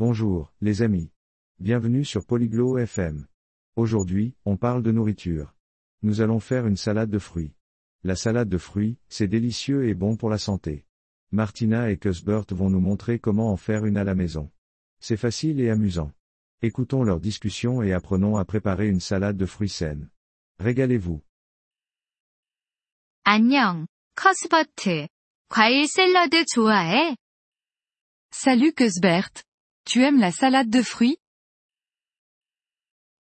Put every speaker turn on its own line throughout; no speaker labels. Bonjour, les amis. Bienvenue sur Polyglot FM. Aujourd'hui, on parle de nourriture. Nous allons faire une salade de fruits. La salade de fruits, c'est délicieux et bon pour la santé. Martina et Cuthbert vont nous montrer comment en faire une à la maison. C'est facile et amusant. Écoutons leur discussion et apprenons à préparer une salade de fruits saine. Régalez-vous.
안녕, 커스버트. 과일 샐러드 좋아해?
Salut Cusbert. Tu aimes la salade de fruits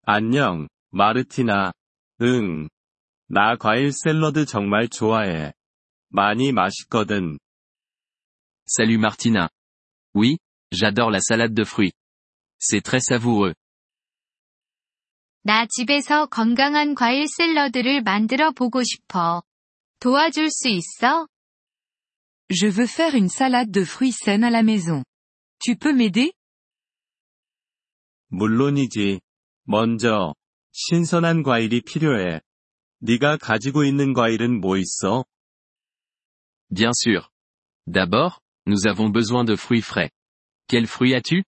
안녕, 마르티나. 응. 나 과일 샐러드 정말 좋아해. 많이 맛있거든.
Salut Martina. Oui, j'adore la salade de fruits. C'est très savoureux.
나 집에서 건강한 과일 샐러드를 만들어 보고 싶어. 도와줄 수 있어?
Je veux faire une salade de fruits saine à la maison. Tu peux m'aider
물론이지. 먼저, 신선한 과일이 필요해. 네가 가지고 있는 과일은 뭐 있어?
Bien sûr. D'abord, nous avons besoin de fruits frais. Quels fruits as-tu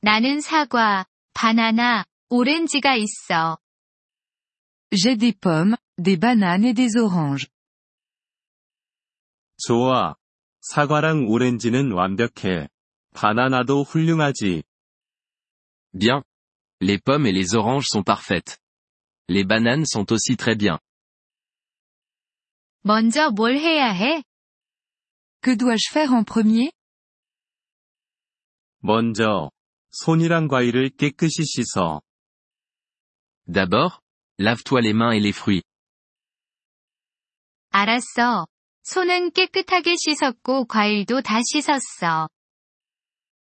나는 사과, 바나나, 오렌지가 있어.
J'ai des pommes, des bananes et des oranges.
좋아. 사과랑 오렌지는 완벽해. 바나나도 훌륭하지.
Bien. Les pommes et les oranges sont parfaites. Les bananes sont aussi très bien.
먼저 뭘 해야 해?
Que dois-je faire en premier
먼저, 손이랑 과일을 깨끗이 씻어.
D'abord, lave-toi les mains et les fruits.
알았어. 손은 깨끗하게 씻었고 과일도 다 씻었어.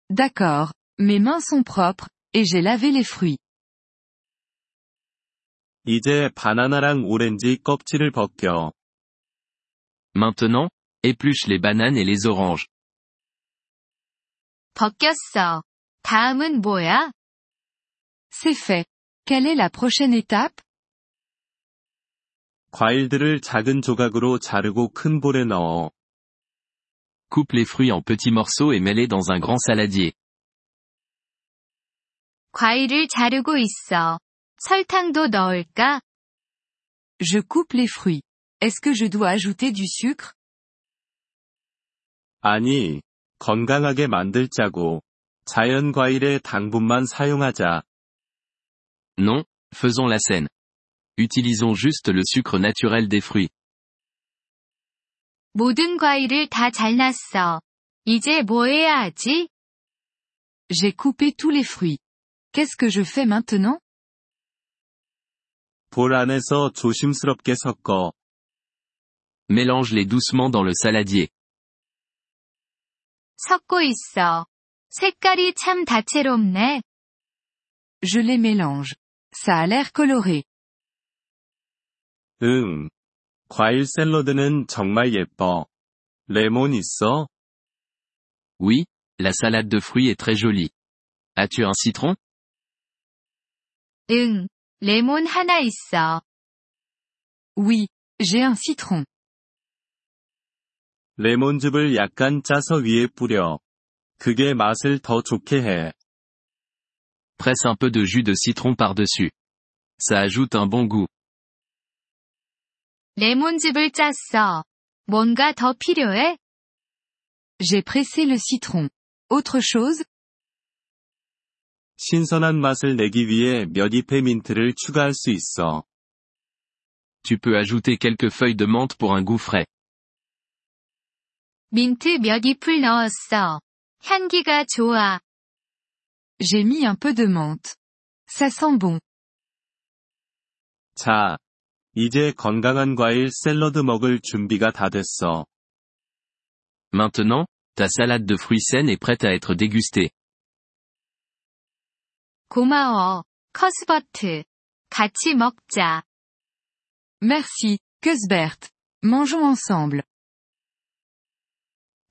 D'accord. Mes mains sont propres, et j'ai lavé les fruits.
이제 바나나랑 오렌지 껍질을 벗겨.
Maintenant, épluche les bananes et les oranges.
벗겼어. 다음은 뭐야?
C'est fait. Quelle est la prochaine étape
과일들을 작은 조각으로 자르고 큰 볼에 넣어.
Coupe les fruits en petits morceaux et mets-les dans un grand saladier.
과일을 자르고 있어. 설탕도 넣을까?
Je coupe les fruits. Est-ce que je dois ajouter du sucre
아니, 건강하게 만들자고. 자연 과일의 당분만 사용하자.
Non, faisons la scène. Utilisons juste le sucre naturel des fruits.
모든 과일을 다 잘랐어. 이제 뭐 해야 하지?
J'ai coupé tous les fruits. Qu'est-ce que je fais maintenant
볼 안에서 조심스럽게 섞어.
Mélange-les doucement dans le saladier.
섞고 있어. 색깔이 참 다채롭네.
Je les mélange. Ça a l'air coloré.
응. 과일 샐러드는 정말 예뻐. 레몬 있어?
Oui, la salade de fruits est très jolie. As-tu un citron
응. 레몬 하나 있어.
Oui, j'ai un citron.
레몬즙을 약간 짜서 위에 뿌려. 그게 맛을 더 좋게 해.
Presse un peu de jus de citron par-dessus. Ça ajoute un bon goût.
레몬즙을 짰어. 뭔가 더 필요해?
J'ai pressé le citron. Autre chose
신선한 맛을 내기 위해 몇 잎의 민트를 추가할 수 있어.
Tu peux ajouter quelques feuilles de menthe pour un goût frais.
민트 몇 잎을 넣었어. 향기가 좋아.
J'ai mis un peu de menthe. Ça sent bon.
자, 이제 건강한 과일 샐러드 먹을 준비가 다 됐어.
Maintenant, ta salade de fruits saine est prête à être dégustée.
고마워. 커스버트. 같이 먹자.
Merci, Cusbert. Mangeons ensemble.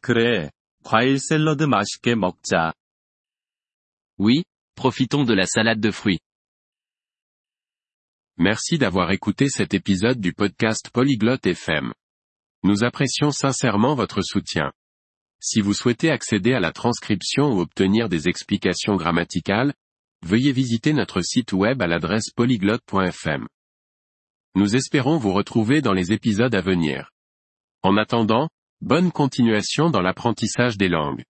그래, 과일 샐러드 맛있게 먹자.
Oui, profitons de la salade de fruits.
Merci d'avoir écouté cet épisode du podcast Polyglotte FM. Nous apprécions sincèrement votre soutien.
Si vous souhaitez accéder à la transcription ou obtenir des explications grammaticales, veuillez visiter notre site web à l'adresse polyglotte.fm. Nous espérons vous retrouver dans les épisodes à venir. En attendant, bonne continuation dans l'apprentissage des langues.